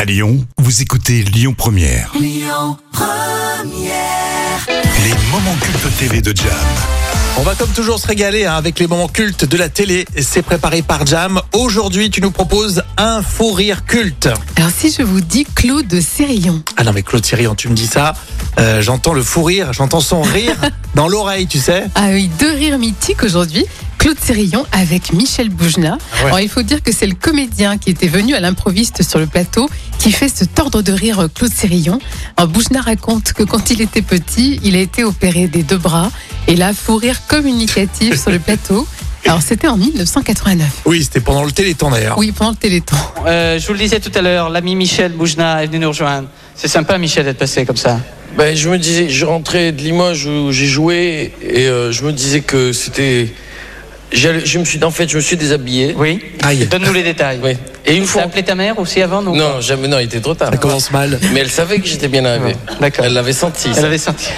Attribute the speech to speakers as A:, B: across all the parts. A: À Lyon, vous écoutez Lyon Première. Les moments cultes TV de Jam.
B: On va comme toujours se régaler hein, avec les moments cultes de la télé. C'est préparé par Jam. Aujourd'hui, tu nous proposes un faux rire culte.
C: Alors si je vous dis Claude Sérillon,
B: Ah non mais Claude Sirian, tu me dis ça, euh, j'entends le fou rire, j'entends son rire dans l'oreille, tu sais.
C: ah oui, deux rires mythiques aujourd'hui. Claude Sérillon avec Michel Boujna.
B: ouais.
C: Alors, il faut dire que c'est le comédien qui était venu à l'improviste sur le plateau qui fait se tordre de rire euh, Claude Sérillon. Alors, Boujna raconte que quand il était petit, il a été opéré des deux bras et là, fou rire communicatif sur le plateau. Alors c'était en 1989.
B: Oui, c'était pendant le téléthon d'ailleurs.
C: Oui, pendant le téléthon.
D: Euh, je vous le disais tout à l'heure, l'ami Michel Boujna est venu nous rejoindre. C'est sympa, Michel, d'être passé comme ça.
E: Ben, je me disais, je rentrais de Limoges où j'ai joué et euh, je me disais que c'était. j'allais- Je me suis en fait, je me suis déshabillé.
D: Oui
B: Aïe.
D: Donne-nous les détails.
E: Oui. Et une
D: T'as
E: fois.
D: appelé ta mère aussi avant nous
E: Non, jamais. Non, il était trop tard.
B: Ça commence mal.
E: Mais elle savait que j'étais bien arrivé.
D: Ah, D'accord.
E: Elle l'avait senti. ça.
D: Elle avait senti.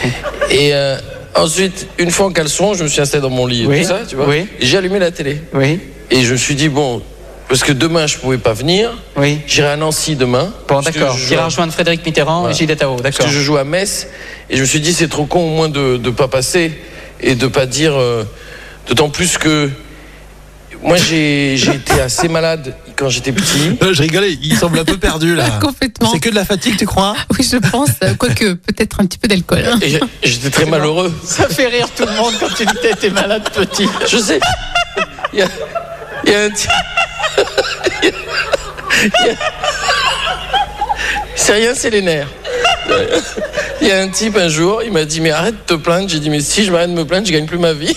E: Et euh, ensuite, une fois en caleçon, je me suis installé dans mon lit. et
D: Oui.
E: Tout ça, tu vois.
D: Oui.
E: Et j'ai allumé la télé.
D: Oui
E: Et je me suis dit bon, parce que demain je pouvais pas venir.
D: Oui.
E: J'irai à Nancy demain.
D: Bon,
E: Parce que
D: d'accord.
E: je
D: Tu
E: joue à-
D: iras rejoindre Frédéric Mitterrand
E: Voilà.
D: et Gilles Tao.
E: Parce
D: D'accord.
E: que je joue à Metz et je me suis dit c'est trop con au moins de ne pas passer et de pas dire. euh, D'autant plus que moi j'ai j'ai été assez malade quand j'étais petit.
B: Euh, Je rigolais, il semble un peu perdu là.
C: Complètement.
B: C'est que de la fatigue, tu crois
C: Oui, je pense, euh, quoique peut-être un petit peu d'alcool. hein.
E: et j'ai- J'étais très malheureux.
D: Ça fait rire tout le monde quand tu dis que t'étais malade petit.
E: Je sais. Il y a, il y a un ti- il y a- il y a- C'est rien, c'est les nerfs. Il y a un type un jour, il m'a dit mais arrête de te plaindre. J'ai dit mais si je m'arrête de me plaindre, je gagne plus ma vie.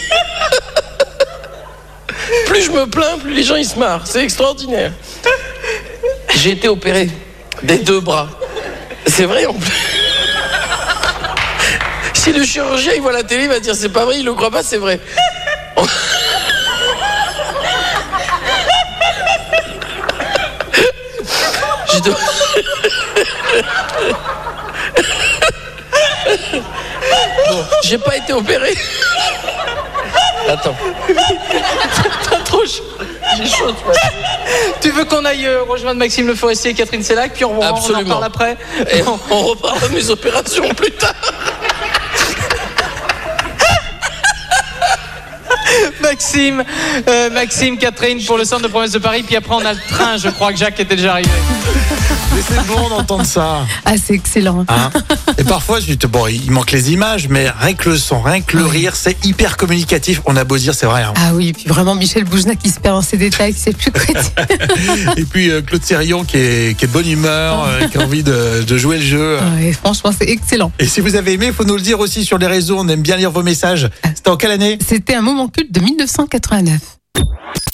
E: Plus je me plains, plus les gens ils se marrent. C'est extraordinaire. J'ai été opéré des deux bras. C'est vrai en plus. Si le chirurgien il voit la télé, il va dire c'est pas vrai, il le croit pas, c'est vrai. Je dois- Bon, j'ai pas été opéré. Attends.
D: T'as trop chaud. Tu veux qu'on aille euh, rejoindre Maxime Le Forestier et Catherine Sellac, puis on, on en
E: Absolument.
D: reparle après
E: Et on reparle de mes opérations plus tard.
D: Maxime, euh, Maxime, Catherine pour le centre de province de Paris, puis après on a le train, je crois que Jacques était déjà arrivé.
B: Mais c'est bon d'entendre ça.
C: Ah, c'est excellent.
B: hein. et parfois, je dis, bon, il manque les images, mais rien que le son, rien que le rire, c'est hyper communicatif. On a beau se dire, c'est vrai. hein.
C: Ah oui, puis vraiment Michel Boujna qui se perd dans ses détails, qui sait plus quoi dire.
B: Et puis euh, Claude Sérillon qui est, qui est de bonne humeur, euh, qui a envie de, de jouer le jeu.
C: Ouais, franchement, c'est excellent.
B: Et si vous avez aimé, faut nous le dire aussi sur les réseaux. On aime bien lire vos messages. C'était en quelle année
C: C'était un moment culte de 1989.